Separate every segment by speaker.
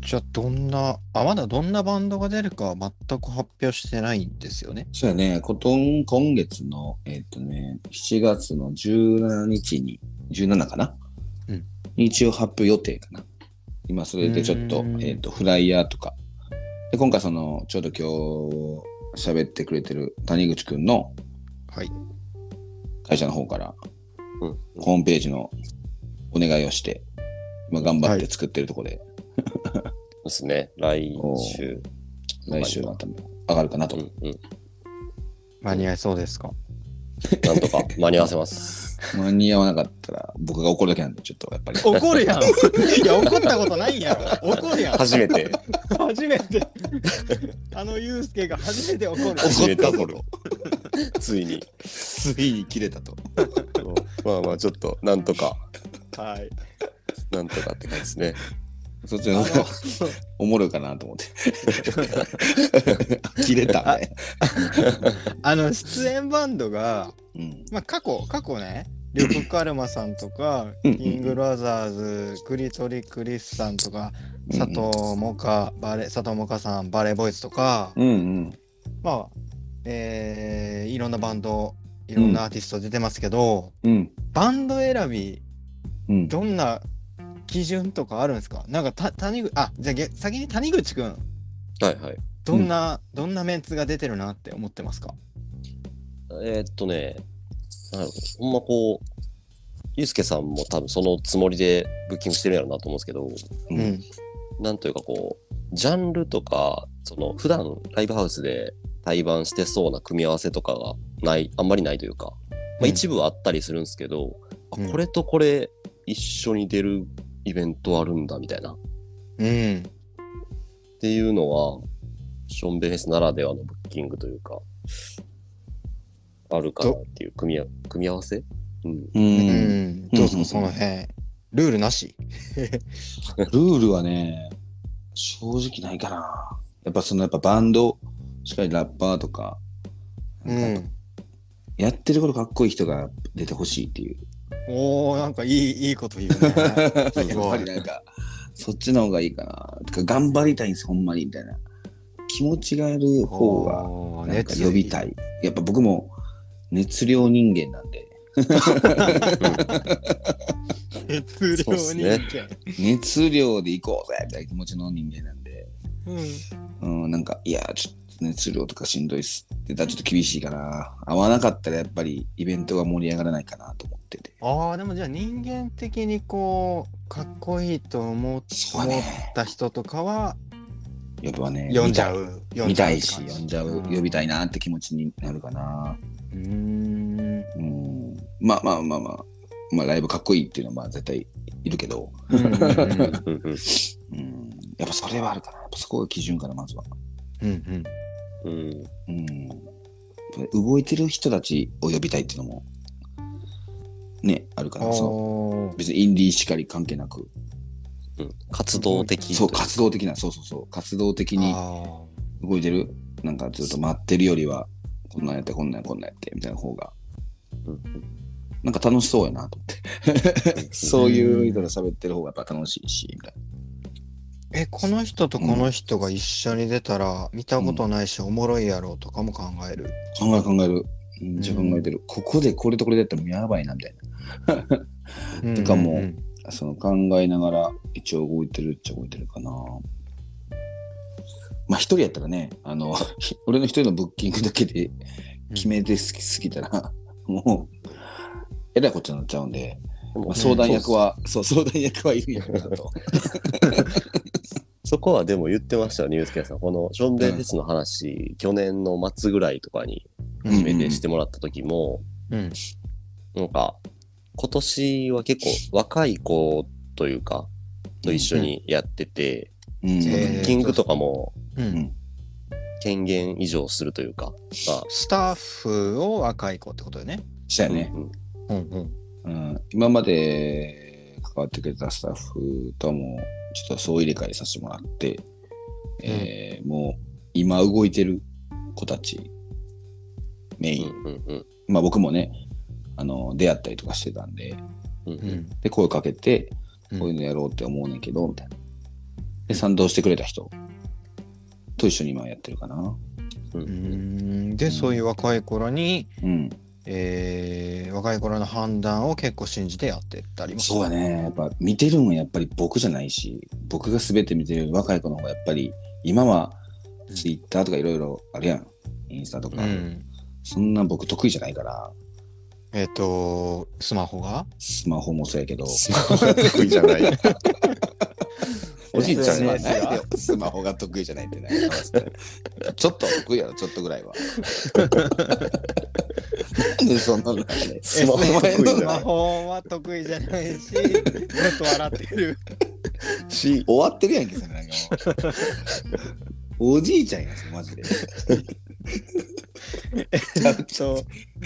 Speaker 1: じゃあどんなあまだどんなバンドが出るかは全く発表してないんですよね。
Speaker 2: そうやね、ことん今月の、えっとね、7月の17日に、17かな、
Speaker 1: うん
Speaker 2: に一応発表予定かな。今それでちょっと
Speaker 1: うー、ん
Speaker 2: えっと、フライヤーとか。で、今回その、ちょうど今日喋ってくれてる谷口くんの
Speaker 1: はい。
Speaker 2: 会社の方から、
Speaker 3: うん。
Speaker 2: ホームページのお願いをして、今頑張っ
Speaker 1: は
Speaker 2: て作ってるところで、
Speaker 3: ですね。来週。
Speaker 2: 来週は多分上がるかなと。
Speaker 3: うんうん。
Speaker 1: 間に合いそうですか。
Speaker 3: なんとか間に合わせます。
Speaker 2: 間に合わなかったら僕が怒るだけなんで、ちょっとやっぱり。
Speaker 1: 怒るやん。 いや怒ったことないやん。怒るやん。
Speaker 3: 初めて。
Speaker 1: 初めて。 あのユうスケが初めて怒る。
Speaker 3: 初めて怒る。ついに。
Speaker 2: ついに切れたと。
Speaker 3: まあまあ、ちょっと、なんとか、
Speaker 1: はい。
Speaker 3: なんとかって感じですね。
Speaker 2: そっち
Speaker 1: あ
Speaker 2: の方
Speaker 1: の
Speaker 2: がおもろいかな と思って。切れたね。
Speaker 1: あの 出演バンドが、
Speaker 2: うん。
Speaker 1: まあ、過去過去ね緑カルマさんとか
Speaker 2: う
Speaker 1: キ
Speaker 2: んうん
Speaker 1: ングラザーズクリトリクリスさんとか佐藤萌歌バレ佐藤萌歌さんバレーボーイズとか、
Speaker 2: うんうん。
Speaker 1: まあえーいろんなバンドいろんなアーティスト出てますけど、
Speaker 2: うん。
Speaker 1: バンド選び
Speaker 2: うん。
Speaker 1: どんな基準とかあるんですかなんかた谷口あじゃあげ先に谷口くん
Speaker 3: はいはい。
Speaker 1: どんな、どんなメンツが出てるなって思ってますか
Speaker 3: えーっとね、なんやろほんまこう、ゆうすけさんも多分そのつもりでブッキングしてるんやろうなと思うんですけど、
Speaker 2: う
Speaker 1: うんん
Speaker 3: なんというかこう、ジャンルとか、その普段ライブハウスで対バンしてそうな組み合わせとかがない、あんまりないというか、
Speaker 1: う
Speaker 3: まあ、
Speaker 1: ん
Speaker 3: 一部はあったりするんですけど、あ
Speaker 1: うん
Speaker 3: これとこれ一緒に出るイベントあるんだみたいな、っ
Speaker 1: うん
Speaker 3: ていうのは、ションベフェスならではのブッキングというか、あるかなっていう組み合組み合わせうん。
Speaker 2: う。
Speaker 1: うんんどうですかその辺ルールなし
Speaker 2: ルールはね、正直ないかな。やっぱそのやっぱバンド、しっかりラッパーとか、
Speaker 1: うん
Speaker 2: やってることかっこいい人が出てほしいっていう。
Speaker 1: おおなんかいいいいこと言うね
Speaker 2: やっぱ
Speaker 1: すご
Speaker 2: り
Speaker 1: い
Speaker 2: なんか、そっちの方がいいかな。てか頑張りたいんです、ほんまに、みたいな。気持ちがある方が。
Speaker 1: おー
Speaker 2: なんか呼びたい。やっぱ僕も熱量人間なんで、
Speaker 1: 熱量
Speaker 3: そうっす
Speaker 1: 人
Speaker 3: ね
Speaker 1: 間
Speaker 2: 熱量で行こうぜみたいな気持ちの人間なんで、
Speaker 1: うん
Speaker 2: うん、なんか、いや、ちょっと熱量とかしんどいっすって言ったらちょっと厳しいかな。合わなかったらやっぱりイベントが盛り上がらないかなと思ってて。
Speaker 1: ああでもじゃあ人間的にこうかっこいいと思っ
Speaker 2: そう
Speaker 1: 思っ
Speaker 2: ね。
Speaker 1: た人とかは
Speaker 2: やっぱね、
Speaker 1: 呼んじゃ
Speaker 2: う。
Speaker 1: う
Speaker 2: 見たいし、呼んじゃう、呼びた
Speaker 1: い
Speaker 2: いなって気持ちになるかな。
Speaker 1: うーん
Speaker 2: うん。まあまあまあまあ、まあライブかっこいいっていうのはまあ絶対いるけど、
Speaker 1: うんうん
Speaker 3: うんうん
Speaker 2: うん、やっぱそれはあるかな。やっぱそこが基準かな、まずは。
Speaker 1: うんうん
Speaker 3: うん
Speaker 2: うん、動いてる人たちを呼びたいっていうのもねあるから その
Speaker 1: おー
Speaker 2: 別にインディーしかり関係なく
Speaker 3: うん活動的
Speaker 2: そう活動的なそうそうそう活動的に
Speaker 1: あ
Speaker 2: 動いてるなんかずっと待ってるよりはこんなんやってこんなんやこんなんやってみたいな方が
Speaker 3: うん
Speaker 2: なんか楽しそうやなと思って そういう人と喋ってる方がやっぱ楽しいしみたい
Speaker 1: ーえこの人とこの人が一緒に出たら見たことないしおもろいやろうとかも考える
Speaker 2: な考え考える、うん、自分が言ってる、ここでこれとこれでやったらもうやばいなみたいてかもう
Speaker 1: うんうんうん
Speaker 2: なその考えながら一応動いてるっちゃ動いてるかなまあ一人やったらね、あの、 俺の一人のブッキングだけで決めてすぎすぎたら、 もう、えらいこっちゃになっちゃうんで、まあ、相談役は、そう、相談役はいるんやろうなと。
Speaker 3: そこはでも言ってましたよね、ユースケさん。このションベンフェスの話、去年の末ぐらいとかに
Speaker 2: うん
Speaker 3: 決めてしてもらった時も、
Speaker 1: うん
Speaker 3: なんか、今年は結構若い子というか、と一緒にやってて、
Speaker 2: うん。
Speaker 1: えー
Speaker 3: キングとかも
Speaker 1: うん
Speaker 3: 権限以上するというか、まあ、
Speaker 1: スタッフを若い子ってことよね。
Speaker 2: したよね、
Speaker 3: うん
Speaker 1: うんうん。
Speaker 2: うん。今まで関わってくれたスタッフとはもう、ちょっと総入れ替えさせてもらって、えーもう、今動いてる子たち、メイン
Speaker 3: うんうんうん
Speaker 2: まあ、僕もねあの出会ったりとかしてたんで
Speaker 3: うんうん
Speaker 1: うん
Speaker 2: で声かけて
Speaker 1: うん
Speaker 2: こういうのやろうって思うねんけど、みたいなで、賛同してくれた人と一緒に今やってるかな。
Speaker 3: う。
Speaker 1: うんんで、そういう若い頃に、
Speaker 2: うん。
Speaker 1: えー若い頃の判断を結構信じてやってったりも
Speaker 2: そうやね。やっぱ見てるんはやっぱり僕じゃないし、僕が全て見てるより若い子の方がやっぱり、今は
Speaker 1: うん
Speaker 2: ツイッターとかいろいろあるやん。インスタとか。
Speaker 1: うん。
Speaker 2: そんな僕得意じゃないから、
Speaker 1: えっ、と、スマホが
Speaker 2: スマホもそうやけど、
Speaker 3: 得意じゃない。おじいちゃんが
Speaker 2: がないよスマホが得意じゃないってな。ちょっと得意やろ、ちょっとぐらいは。なんでそんなのあれ
Speaker 3: スマホは得意
Speaker 1: ス
Speaker 3: じゃな
Speaker 1: マ
Speaker 3: い。
Speaker 1: ホは得意じゃないし、ずっと笑ってる。
Speaker 3: し、
Speaker 2: 終わってるやんけ、それなんかもう。おじいちゃんやん、マジで。
Speaker 1: そう。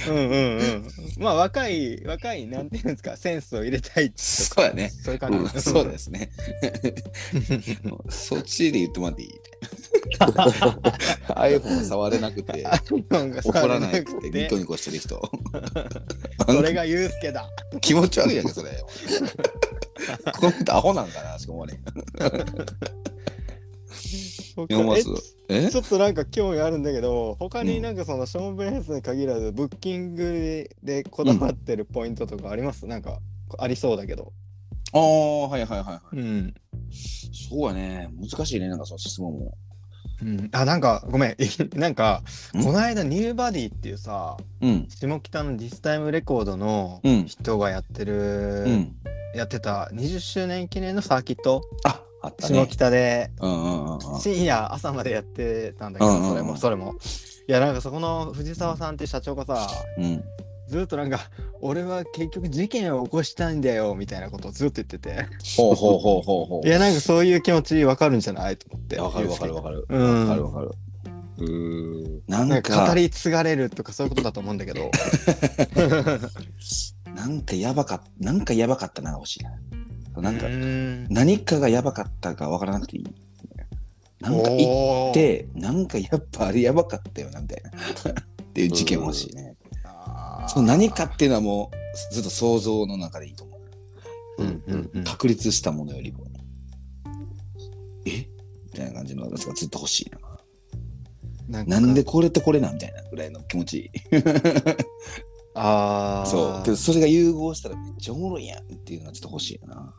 Speaker 1: うんうんうん。まあ若い、若い、なんていうんですか、センスを入れたいとか。
Speaker 2: そうやね。
Speaker 1: そういう
Speaker 2: あ
Speaker 1: 感じ。
Speaker 2: そうですね。そっちで言ってもら っていい ?iPhone 触れなくて、
Speaker 1: なんか
Speaker 2: 怒
Speaker 1: 触
Speaker 2: ら
Speaker 1: れ
Speaker 2: な
Speaker 1: な
Speaker 2: く
Speaker 1: く
Speaker 2: て、ニ
Speaker 1: て
Speaker 2: コ、ニコしてる人。
Speaker 1: それがユうスケだ。
Speaker 2: 気持ち悪いやんけ、それ。この人アホなんかな、しかもね。
Speaker 1: 他
Speaker 2: 思わず。え
Speaker 1: えちょっとなんか興味あるんだけど、他になんかそのショーン・ブレンスに限らず、ブッキングでこだわってるポイントとかあります、なんかありそうだけど。
Speaker 2: ああ、はいはいはいはい。
Speaker 1: うん。
Speaker 2: そうやね。難しいね、なんかその質問も。
Speaker 1: うん、あ、なんかごめん。 なんか、
Speaker 2: ん
Speaker 1: この間、ニューバディっていうさ、
Speaker 2: うん。
Speaker 1: 下北のディスタイムレコードの
Speaker 2: うん
Speaker 1: 人がやってる、
Speaker 2: うん。
Speaker 1: やってた20周年記念のサーキット、
Speaker 2: あ、あった
Speaker 1: 下
Speaker 2: ね。
Speaker 1: 北で
Speaker 2: うんうんうんうん。
Speaker 1: 深夜朝までやってたんだけ
Speaker 2: うんうんう
Speaker 1: ど
Speaker 2: ん
Speaker 1: それもそれもいやなんかそこの藤沢さんって社長がさ
Speaker 2: うん。
Speaker 1: ずっとなんか「俺は結局事件を起こしたいんだよ」みたいなことをずっと言ってて
Speaker 2: ほうほうほうほうほ
Speaker 1: いやなんかそういう気持ちわかるんじゃないと思って
Speaker 2: う。わかるわかるわかる。
Speaker 1: うん
Speaker 2: わかるわかる。
Speaker 3: うーん。
Speaker 2: な
Speaker 1: なんんか
Speaker 2: か
Speaker 1: 語、り継がれるとかそういうことだと思うんだけど
Speaker 2: なんかやばかった、なんかやばかったな、欲しいな。なんか
Speaker 1: う、ーん
Speaker 2: 何かがやばかったかわからなくていい。なんか行っ
Speaker 1: おー
Speaker 2: て、なんかやっぱあれやばかったよな、みたいな。っていう事件欲しいね。
Speaker 1: あー
Speaker 2: そう何かっていうのはもう、ずっと想像の中でいいと思う。
Speaker 1: うんうんうん
Speaker 2: 確立したものよりも。えみたいな感じのやつがずっと欲しい
Speaker 1: な
Speaker 2: な。
Speaker 1: んか
Speaker 2: なんでこれとこれなんみたいなぐらいの気持ち。
Speaker 1: ああ
Speaker 2: そう。けどそれが融合したらめっちゃおもろいやんっていうのがちょっと欲しいな。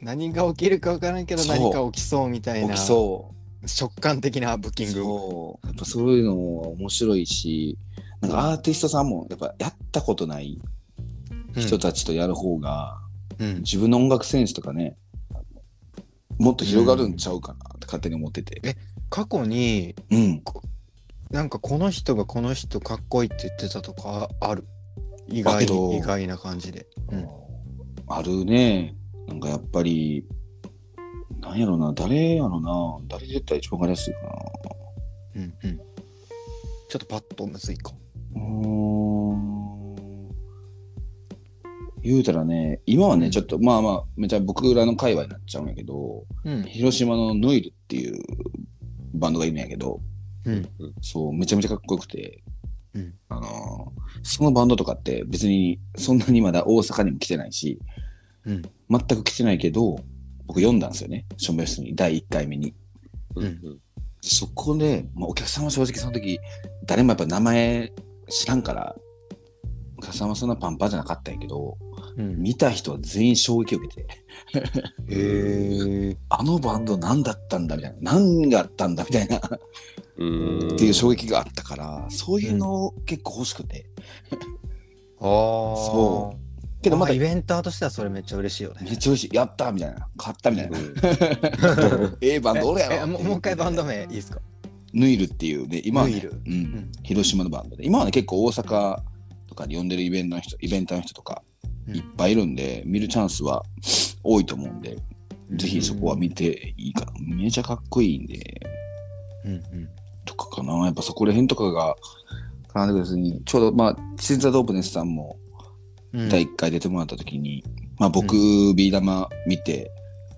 Speaker 1: 何が起きるか分からんけど
Speaker 2: そう
Speaker 1: 何か起きそうみたい
Speaker 2: 起
Speaker 1: な
Speaker 2: きそ
Speaker 1: 食感的なブッ
Speaker 2: う。
Speaker 1: キング
Speaker 2: そう。やっぱそういうのも面白いし、なんかアーティストさんもやっぱやったことない人たちとやる方が、
Speaker 1: うん
Speaker 2: 自分の音楽センスとかね、もっと広がるんちゃうかなって勝手に思ってて。
Speaker 1: 過去に
Speaker 2: うん。
Speaker 1: なんかこの人がこの人かっこいいって言ってたとかある意
Speaker 2: あ
Speaker 1: 外
Speaker 2: けど
Speaker 1: 意外な感じで、うん
Speaker 2: あるね。なんかやっぱり、なんやろな、誰やろな、誰絶対一番わかりやすいかな。
Speaker 1: うんうん、ちょっとパッとむずいか
Speaker 2: うーん言うたらね、今はね、ちょっと、まあまあ、めちゃ僕らの界隈になっちゃうんやけど、
Speaker 1: うん
Speaker 2: 広島のノイルっていうバンドがいるんやけど、
Speaker 1: うん
Speaker 2: そう、めちゃめちゃかっこよくて、
Speaker 1: うん
Speaker 2: あのーそのバンドとかって別にそんなにまだ大阪にも来てないし、
Speaker 1: うん
Speaker 2: 全く来てないけど、僕読んだんですよね、ションベルスに、第1回目に。
Speaker 3: うんうん。
Speaker 2: そこで、まあ、お客さんは正直その時、誰もやっぱ名前知らんから、お客さんはそんなパンパンじゃなかったんやけど、
Speaker 1: うん
Speaker 2: 見た人は全員衝撃を受けて、
Speaker 1: へえ
Speaker 2: あのバンド何だったんだみたいな、何があったんだみたいな、っ
Speaker 3: うーん。
Speaker 2: ていう衝撃があったから、そういうの結構欲しくて。
Speaker 1: ああ
Speaker 2: そうけどまだ
Speaker 1: イ
Speaker 2: め
Speaker 1: ベ
Speaker 2: っ
Speaker 1: ンターとしてはそれめっちゃ嬉しいよね
Speaker 2: ちゃ美味しい、やったーみたいな、買ったみたいな、
Speaker 3: うん。
Speaker 2: ええ バンド俺や
Speaker 1: え
Speaker 2: ろ
Speaker 1: もうもう一回バンド名いいですか
Speaker 2: ヌイルっていうね、今はね
Speaker 1: ヌイル
Speaker 2: うん
Speaker 1: ん
Speaker 2: 広島のバンドで、今はね、結構大阪とかに呼んでるイベントの人、イベントの人とか
Speaker 1: うん
Speaker 2: いっぱいいるんで、見るチャンスは多いと思うんで、ぜひそこは見ていいかな。めちゃかっこいいんで、
Speaker 1: うんうん
Speaker 2: とかかな。やっぱそこら辺とかが、絡んでくれずに、ちょうど、まあ、シンザ・ドープネスさんも
Speaker 1: うん
Speaker 2: 第1回出てもらった時に、まあ僕、ビー玉見て、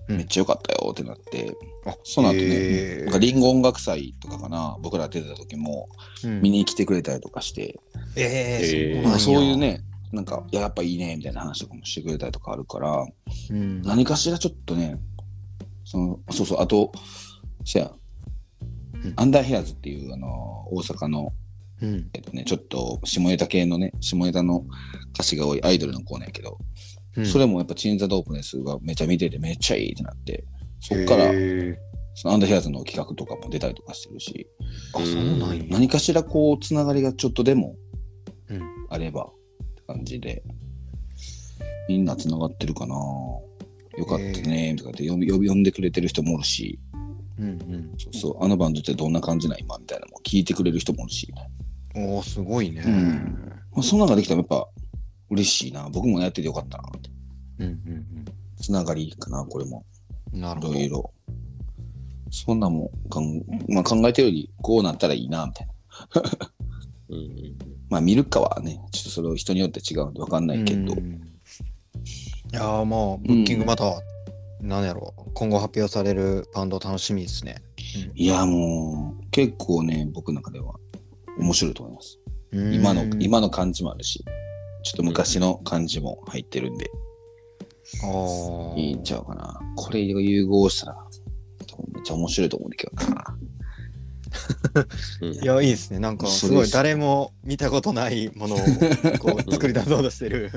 Speaker 1: うん
Speaker 2: めっちゃ良かったよってなって、
Speaker 1: あ
Speaker 2: その後
Speaker 1: へ
Speaker 2: ね、
Speaker 1: ー
Speaker 2: なんかリンゴ音楽祭とかかな、僕ら出てた時も、
Speaker 1: うん
Speaker 2: 見に来てくれたりとかして、
Speaker 1: え
Speaker 3: え
Speaker 1: えな
Speaker 3: ー
Speaker 1: ん
Speaker 2: ま
Speaker 1: や
Speaker 2: あ、そういうねなんかいややっぱいいねみたいな話とかもしてくれたりとかあるから
Speaker 1: うん
Speaker 2: 何かしらちょっとねそのそうそうあとじゃあ
Speaker 1: うん
Speaker 2: アンダーヘアーズっていうあの大阪の、
Speaker 1: うん。
Speaker 2: えっとね、ちょっと下ネタ系のね下ネタの歌詞が多いアイドルのコーナーやけど、
Speaker 1: うん
Speaker 2: それもやっぱ鎮座ドープネスがめっちゃ見ててめっちゃいいってなってそっから
Speaker 1: へー
Speaker 2: そのアンダーヘアーズの企画とかも出たりとかしてるし
Speaker 1: あ、そうなんや。
Speaker 2: 何かしらこうつながりがちょっとでも
Speaker 1: うん
Speaker 2: あればって感じでみんなつながってるかなよかったねとかって呼び呼び呼んでくれてる人もおるし
Speaker 1: うん
Speaker 2: そうそうあのバンドってどんな感じなん今みたいなのも聞いてくれる人もおるし、
Speaker 1: うん。おお、すごいね。
Speaker 2: うんまあ、そんなのができたらやっぱ嬉しいな僕もやっててよかったなって
Speaker 1: うんうん
Speaker 2: つながりかなこれも
Speaker 1: うん。なる
Speaker 2: い
Speaker 1: ほ
Speaker 2: ろ
Speaker 1: ど。
Speaker 2: いろそんなんもかん、まあ、考えてるよりこうなったらいいなみたいな
Speaker 3: うんうん
Speaker 2: まあ見るかはねちょっとそれを人によって違うんで分かんないけど、
Speaker 1: うんいやーもう、ブッキングまた、なんやろう、今後発表されるバンド楽しみですね。
Speaker 2: いやもう結構ね僕の中では面白いと思います。
Speaker 1: うん
Speaker 2: 今の今の感じもあるしちょっと昔の感じも入ってるんで、
Speaker 1: あー
Speaker 2: いいんちゃうかな。これを融合したら多分めっちゃ面白いと思うんだけどな。
Speaker 3: うん
Speaker 1: いや、いいですね。なんか、す
Speaker 2: そう
Speaker 1: ご
Speaker 2: で
Speaker 1: い
Speaker 2: す
Speaker 1: 誰も見たことないものをこ う作り出そうとしてる。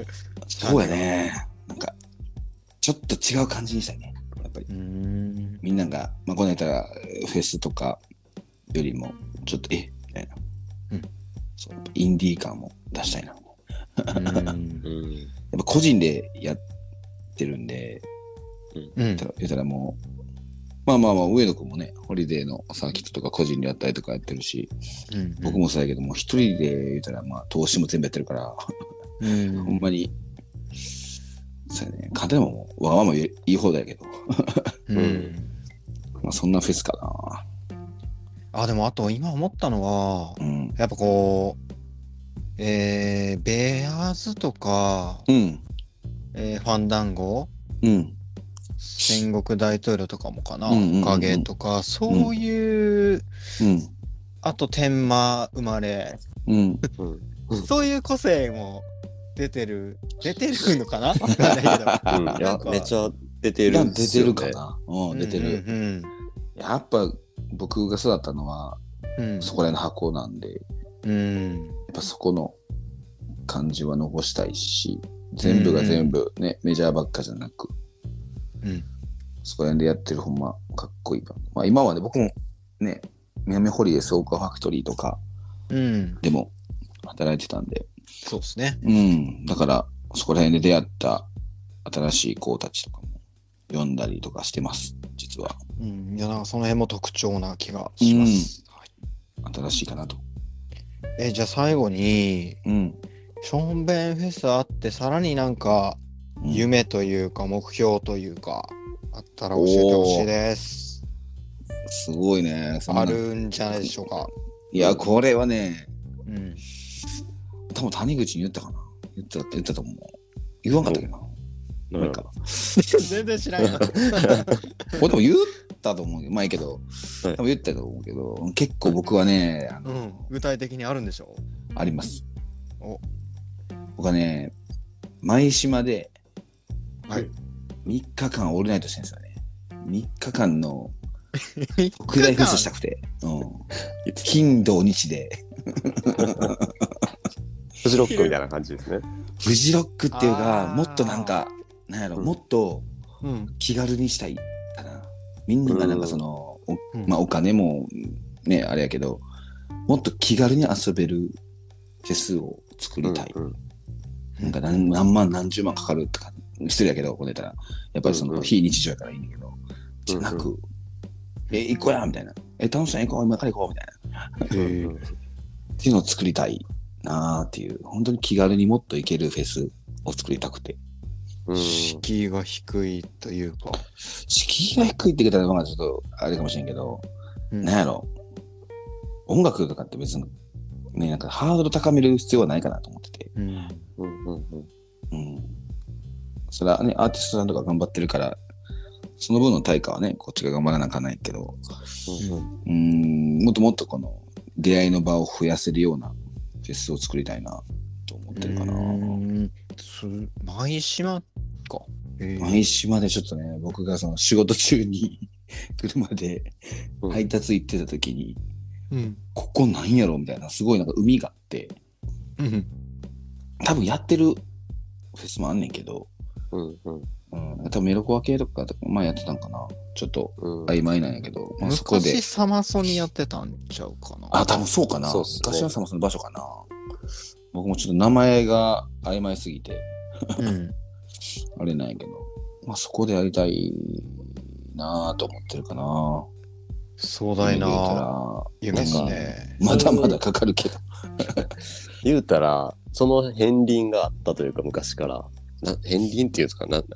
Speaker 2: そうやね。なんかちょっと違う感じにしたいね。やっぱり
Speaker 1: うん。
Speaker 2: みんなが、まあ、この間えーフェスとかよりもちょっとえみたいな、
Speaker 1: うん
Speaker 2: そうインディー感も出したい
Speaker 1: う
Speaker 2: な。
Speaker 1: ん
Speaker 3: うん
Speaker 2: やっぱ個人でやってるんで、
Speaker 1: うん
Speaker 2: 言ったらもう、まあまあまあ、上野くんもね、ホリデーのサーキットとか個人でやったりとかやってるし、僕もそうやけども、一人で言ったら、まあ、投資も全部やってるから、
Speaker 1: う
Speaker 2: ほ
Speaker 1: ん。
Speaker 2: んまに、そうやね、勝てもわがまま言い放題やけど、
Speaker 1: う
Speaker 3: うん
Speaker 1: ん。
Speaker 2: まあ、そんなフェスか
Speaker 1: あ、でも、あと、今思ったのは、
Speaker 2: な。うん。
Speaker 1: やっぱこう、えー、ベアーズとか、
Speaker 2: うん。
Speaker 1: えーファンダンゴ、
Speaker 2: うん。
Speaker 1: 戦国大統領とかもかな、
Speaker 2: うんうんうん
Speaker 1: おかげとか、そういう、
Speaker 2: うん。
Speaker 1: あと天満生まれ、
Speaker 2: うん。
Speaker 3: うん
Speaker 1: そういう個性も出てる、出てるのか なわかんないけど
Speaker 3: うんいや、めっちゃ出て
Speaker 2: い
Speaker 3: る
Speaker 2: や
Speaker 3: んで
Speaker 2: 出
Speaker 3: す
Speaker 2: て
Speaker 3: よね
Speaker 2: るかな。うん、出てる。
Speaker 1: うんうん
Speaker 2: やっぱ、僕が育ったのは、
Speaker 1: うんうん
Speaker 2: そこら辺の箱なんで、
Speaker 1: うん
Speaker 2: やっぱそこの感じは残したいし、全部が全部ね、メジャーばっかじゃなく、
Speaker 1: うん
Speaker 2: そこら辺でやってるほんまかっこいいバンドまあ今はね、僕もね、南ホリデーソーカーファクトリーとか
Speaker 1: うん、
Speaker 2: でも働いてたんで、
Speaker 1: そうですね。
Speaker 2: うん、だからそこら辺で出会った新しい子たちとかも読んだりとかしてます、実は。
Speaker 1: うん、いやなんかその辺も特徴な気がします。はい
Speaker 2: 新しいかなと。
Speaker 1: えじゃあ最後に、
Speaker 2: うん。
Speaker 1: ションベンフェスあって、さらになんか
Speaker 2: うん
Speaker 1: 夢というか目標というか、あったら教えてほしいです。
Speaker 2: すごいね。そんな
Speaker 1: あるんじゃないでしょうか。
Speaker 2: いや、これはね、
Speaker 1: うん、
Speaker 2: 多分谷口に言ったかな言った言ったと思う。言わんかったっけどな。
Speaker 3: う
Speaker 2: なん
Speaker 3: ん
Speaker 2: か、
Speaker 1: 全然知らんよ。
Speaker 2: 俺でも言ったと思うけど、まあいいけど、多分言ったと思うけど、結構僕はね、あ
Speaker 1: う
Speaker 2: の
Speaker 1: ん、具体的にあるんでしょ
Speaker 2: あります。
Speaker 1: お
Speaker 2: 僕はね、舞島で、
Speaker 1: はい
Speaker 2: 3日間オールナイトしてるんですよね。3日間の
Speaker 1: 日間
Speaker 2: 特大フェスしたくて、うん、金土日で、
Speaker 3: フジロックみたいな感じですね。
Speaker 2: フジロックっていうか
Speaker 1: あ、ー
Speaker 2: もっとなんか、なんやろ、
Speaker 3: うん
Speaker 2: もっと
Speaker 1: うん。
Speaker 2: 気軽にしたいかな。みんながなんかその、お
Speaker 1: うん
Speaker 2: まあ、お金もねあれやけどもっと気軽に遊べるフェスを作りたい、
Speaker 3: うんうん
Speaker 2: なんか何何万何十万かかるとか失礼やけどこねたらやっぱりそ
Speaker 3: うんう
Speaker 2: の
Speaker 3: ん
Speaker 2: 非日常やからいいんだけど、じゃなく、え行こうやみたいなえ楽しそうや行こう今から行こうみたいな
Speaker 3: うんうん
Speaker 2: っていうのを作りたいなーっていう本当に気軽にもっと行けるフェスを作りたくて
Speaker 3: うん
Speaker 1: 敷居が低いというか。
Speaker 2: 敷居が低いって言ったらまあちょっとあれかもしれんけど、
Speaker 1: うん
Speaker 2: なんやろ音楽とかって別にねなんかハードル高める必要はないかなと思ってて
Speaker 1: うん。
Speaker 3: うんうん
Speaker 2: うん。それはね、アーティストさんとか頑張ってるから、その分の対価はね、こっちが頑張らなあかんないけど、
Speaker 3: うん
Speaker 2: うーん、もっともっとこの出会いの場を増やせるようなフェスを作りたいなと思ってるかな。
Speaker 1: うんす舞島か。え
Speaker 2: 毎週までちょっとね、僕がその仕事中に 車で
Speaker 3: うん
Speaker 2: 配達行ってた時に、
Speaker 1: うん。
Speaker 2: ここなんやろみたいな、すごいなんか海があって、
Speaker 1: うん。
Speaker 2: 多分やってるフェスもあんねんけど、
Speaker 3: うんうん
Speaker 2: うん、多分メロコア系とか、まあやってたんかな。ちょっと
Speaker 3: うん。
Speaker 2: 曖昧なんやけど、まあそこで
Speaker 1: 昔。サマソニやってたんちゃうかな。
Speaker 2: あ、多分そうかな。
Speaker 3: そうっすね
Speaker 2: 昔はさんもその場所かな。僕もちょっと名前が曖昧すぎて、
Speaker 1: うん。
Speaker 2: あれなんやけど、まあそこでやりたいなぁと思ってるかな。
Speaker 1: 壮大
Speaker 2: 夢で言うた
Speaker 1: な
Speaker 2: ら
Speaker 1: 夢ですね。
Speaker 2: まだまだかかるけど。
Speaker 3: 言うたら、その片鱗があったというか、昔から。な片鱗っていうんですか、ななんか、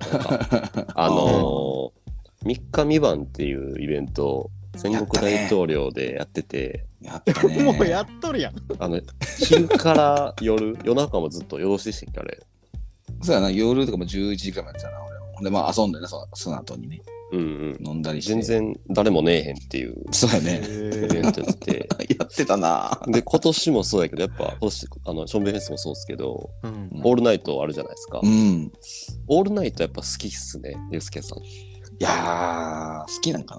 Speaker 3: あ のー、3日三晩っていうイベントを戦国大統領でやってて、
Speaker 2: やったね。
Speaker 1: もうやっとるやん。
Speaker 3: あの、昼から夜、 夜中もずっと夜通しでしたっけ、あれ。
Speaker 2: そうやな、夜とかも11時間までやってたな、俺は。ほんで、まあ遊んでね、そその後にね、
Speaker 3: うんうん。
Speaker 2: 飲んだりして。
Speaker 3: 全。然誰もねえへんっていう
Speaker 2: そうや
Speaker 1: へ
Speaker 2: ね。
Speaker 3: イ
Speaker 1: ー
Speaker 3: ベントやってて。
Speaker 2: やってたな
Speaker 3: で、今年もそうやけど、やっぱ、今年、あの、ションベンフェスもそうですけど、
Speaker 1: うん
Speaker 3: オールナイトあるじゃないですか。
Speaker 2: うん。
Speaker 3: オールナイトやっぱ好きっすね、ユースケさん。
Speaker 2: いやー、好きなんか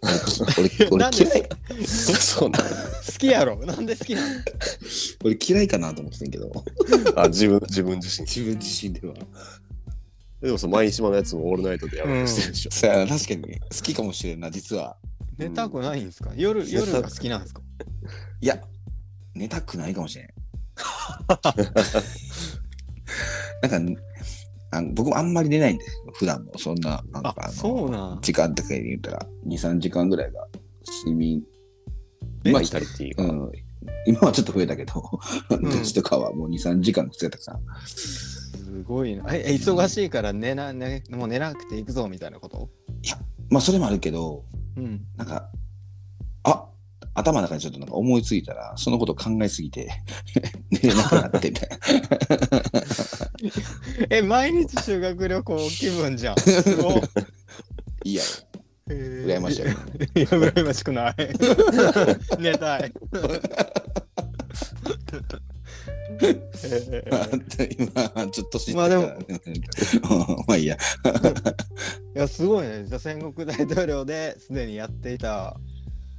Speaker 2: な俺き俺
Speaker 1: なん
Speaker 2: 俺
Speaker 1: で
Speaker 2: 嫌い
Speaker 3: そうなん
Speaker 1: 好きやろ。なんで好きなの
Speaker 2: 俺嫌いかなと思ってたんやけど、
Speaker 3: あ、自分、自分自身。
Speaker 2: 自分自身では。
Speaker 3: でもその、毎島のやつもオールナイトでやろうとしてるでしょ。
Speaker 2: そうやな、確かに好きかもしれんな、実は。
Speaker 1: 寝たくないんですか夜、夜が好きなんですか
Speaker 2: いや、寝たくないか もしれん。なんか、あの僕もあんまり寝ないんで、普段もそんな、なんか
Speaker 1: あ、そうなん。
Speaker 2: 時間とかで言ったら、2、3時間ぐらいが睡眠、
Speaker 1: え
Speaker 2: 今
Speaker 3: バイタリティ
Speaker 2: う
Speaker 3: が。
Speaker 2: ん、今はちょっと増えたけど、
Speaker 1: ん
Speaker 2: 土地とかはもう2、3時間が増えたから、
Speaker 1: すごいな。え、え忙しいから寝な、寝もう寝なくて行くぞみたいなこと
Speaker 2: まあそれもあるけど、
Speaker 1: うん。
Speaker 2: なんか、あ頭の中にちょっとなんか思いついたら、そのことを考えすぎて、 寝れなくなってみたいな。
Speaker 1: え、毎日修学旅行気分 じゃん。すごい。
Speaker 2: いいやろ、
Speaker 1: 羨
Speaker 2: 羨ましいよね。
Speaker 1: いや、羨ましくない。 寝たい。え
Speaker 2: まあ
Speaker 1: ー
Speaker 2: 今、ちょっと知って
Speaker 1: まあでも
Speaker 2: も、まあいいや。
Speaker 1: いや、すごいね。じゃあ戦国大統領ですでにやっていた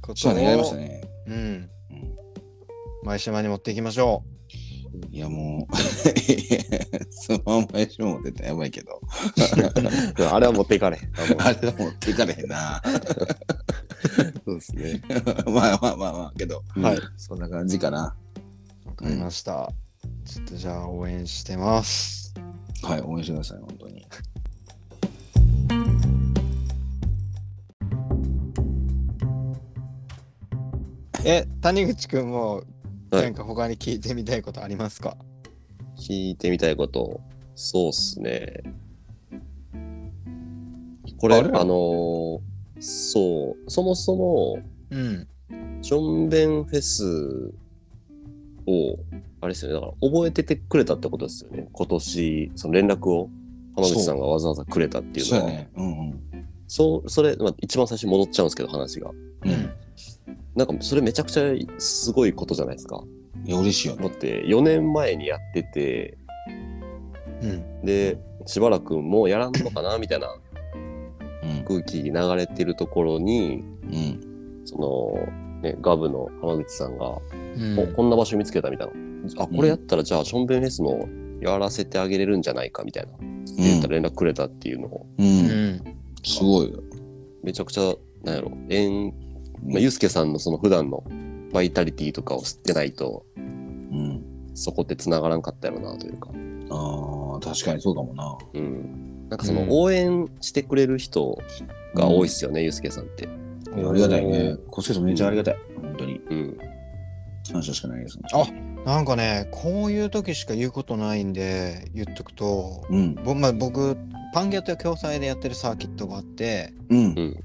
Speaker 1: こと
Speaker 2: そ
Speaker 1: を、
Speaker 2: うね、やりましたね。
Speaker 1: うん。
Speaker 2: うん
Speaker 1: 前島に持っていきましょ
Speaker 2: いや、もう、 そのまんまやしも出たらやばいけど、
Speaker 3: あれは持っていかれへん。 あの
Speaker 2: あれは持っていかれへん な。
Speaker 3: そうですね。
Speaker 2: まあまあまあまあ、けど、
Speaker 3: はい。
Speaker 2: そんな感じかな。
Speaker 1: う。わかりました。ちょっとじゃあ応援してます。
Speaker 2: はい、応援してください、本当に。
Speaker 1: え、谷口くんも、
Speaker 3: はい
Speaker 1: なんか他に聞いてみたいことありますか
Speaker 3: 聞いてみたいこと、そうっすね。これ、あ
Speaker 2: あれ
Speaker 3: のーそう、そもそも、
Speaker 1: うん。
Speaker 3: ジョンベンフェスを、あれですよね、だから覚えててくれたってことですよね。今年、その連絡を浜口さんがわざわざくれたっていう
Speaker 2: そう
Speaker 3: の
Speaker 2: や
Speaker 3: は。
Speaker 2: ね。うんうん。
Speaker 3: そう、それ、まあ、一番最初に戻っちゃうんですけど、話が。
Speaker 2: うん。
Speaker 3: なんか、それめちゃくちゃすごいことじゃないですか。
Speaker 2: いや、嬉しいよ
Speaker 3: だっ
Speaker 2: ね。
Speaker 3: て、4年前にやってて、
Speaker 1: うん。
Speaker 3: で、しばらくもうやらんのかな、みたいな
Speaker 2: うん。
Speaker 3: 空気流れてるところに、
Speaker 2: うん。
Speaker 3: その、ね、ガブの浜口さんが、
Speaker 1: うん。
Speaker 3: おこんな場所見つけたみたいな。あ、これやったら、じゃあ、ションベンフェスのやらせてあげれるんじゃないかみたいな。
Speaker 2: う
Speaker 3: 言っ
Speaker 2: ん
Speaker 3: たら連絡くれたっていうのを、
Speaker 2: うん
Speaker 1: うん。
Speaker 2: すごいよ。
Speaker 3: めちゃくちゃ、なんやろ、縁、まあ、ユースケさんのその普段のバイタリティとかを知ってないと、
Speaker 2: うん。
Speaker 3: そこって繋がらんかったやろなというか。
Speaker 2: ああ、確かにそうかもな。
Speaker 3: うん。なんかその
Speaker 1: うん
Speaker 3: 応援してくれる人が多いっすよね、ユースケさんって。
Speaker 2: いやありがたいね。コスケさんめっちゃありがたい。本当に。
Speaker 3: うん。
Speaker 2: 感謝しかないです。
Speaker 1: あなんかね、こういう時しか言うことないんで、言っとくと、
Speaker 2: うん。
Speaker 1: ぼまあ、僕パンゲアと共催でやってるサーキットがあって、
Speaker 2: うん。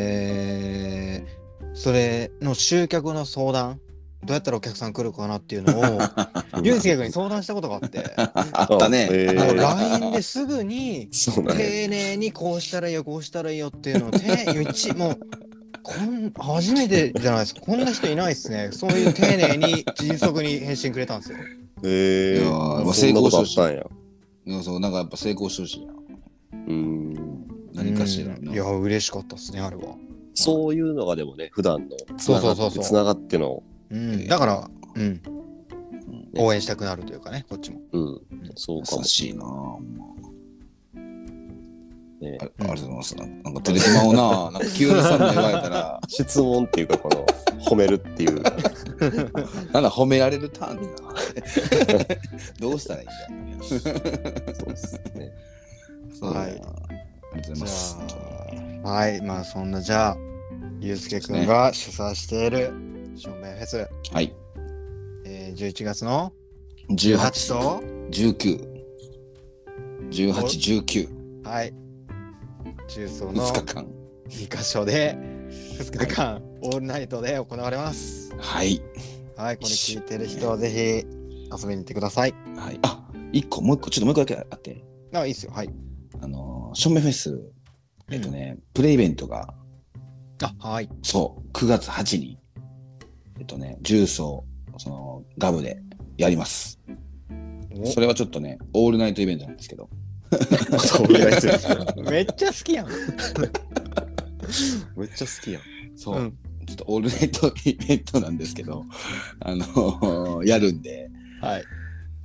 Speaker 1: えーそれの集客の相談どうやったらお客さん来るかなっていう のをユースケ君に相談したことがあって。
Speaker 2: あったね。
Speaker 3: え
Speaker 1: もう
Speaker 3: ー
Speaker 1: LINE ですぐ に
Speaker 3: そうなんや
Speaker 1: 丁寧にこうしたらいいよこうしたらいいよっていうのを丁一もうこん初めてじゃないですかこんな人いないですねそういう丁寧に迅速に返信くれたんですよ
Speaker 3: え
Speaker 2: いやー
Speaker 3: ー、
Speaker 2: まあ
Speaker 3: そんなことあっ
Speaker 2: 成功
Speaker 3: たんや。
Speaker 2: でもそう、なんかやっぱ成功してほしいな。
Speaker 3: ううん
Speaker 2: 何かしら
Speaker 1: うんいや
Speaker 2: の。
Speaker 1: 嬉しかったですねあれは、
Speaker 3: そういうのがでもね、普段のつ
Speaker 1: そう
Speaker 3: なが
Speaker 1: そうそう
Speaker 3: って
Speaker 1: そう
Speaker 3: つながっての、
Speaker 1: うん、だから、うん、
Speaker 3: ね
Speaker 1: 応援したくなるというかねこっちも
Speaker 3: うん、そうかも
Speaker 2: 優しいなぁ、ほんま
Speaker 3: ね
Speaker 2: あ。ありがとうございます。なんか、テレビマをな ぁ、なんか急にそんな言われたら、
Speaker 3: 質問っていうか、この褒めるっていう、
Speaker 2: なんだ、褒められるターンにな。 どうしたらいいん だ
Speaker 3: そうですね。
Speaker 2: そうだな
Speaker 1: はい
Speaker 2: ありがとうござい
Speaker 1: じ
Speaker 2: ます。
Speaker 1: ゃあはいまあそんなじゃあゆうすけくんが主催している照明フェス、
Speaker 2: はい。
Speaker 1: えー、11月の18
Speaker 2: 18
Speaker 1: と
Speaker 2: 19。18、19。
Speaker 1: はい中層の
Speaker 2: 2日間。
Speaker 1: 2箇所で2日間オールナイトで行われます
Speaker 2: はい。
Speaker 1: はいこれ聞いてる人はぜひ遊びに行ってください
Speaker 2: はい。あ、一個、もう一個、ちょっともう一個だけあって。
Speaker 1: あいいっすよはい
Speaker 2: あのー、ションメフェス、えっとね、プレイベントが、
Speaker 1: あはい
Speaker 2: そう、9月8に、えっとね、重曹、その、ガブでやります。それはちょっとね、オールナイトイベントなんですけど、
Speaker 3: そうお願いする。
Speaker 1: お めっちゃ好きやん、
Speaker 3: めっちゃ好きやん。
Speaker 2: そう、ちょっとオールナイトイベントなんですけど、あのーやるんで、
Speaker 1: はい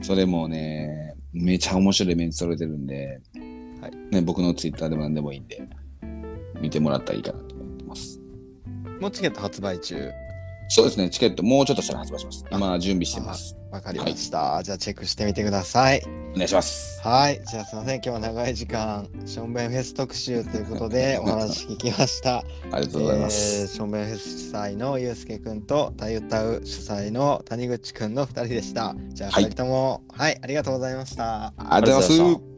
Speaker 2: それもね、めちゃ面白いメンツ揃えてるんで、
Speaker 1: はい
Speaker 2: ね、僕のツイッターでも何でもいいんで、見てもらったらいいかなと思ってます。
Speaker 1: もうチケット発売中
Speaker 2: そうですね、チケットもうちょっとしたら発売します。今、準備してます。
Speaker 1: わかりました、じゃあチェックしてみてください
Speaker 2: お願いします。
Speaker 1: はいじゃあすいません今日は長い時間ションベンフェス特集ということでお話聞きました
Speaker 2: ありがとうございま
Speaker 1: えー
Speaker 2: す。
Speaker 1: ションベンフェス主催のゆうすけくんと、たゆたう主催の谷口くんの2人でした。じゃあ、
Speaker 2: はい
Speaker 1: 2人とも、はい、ありがとうございました。
Speaker 2: ありがとうございます。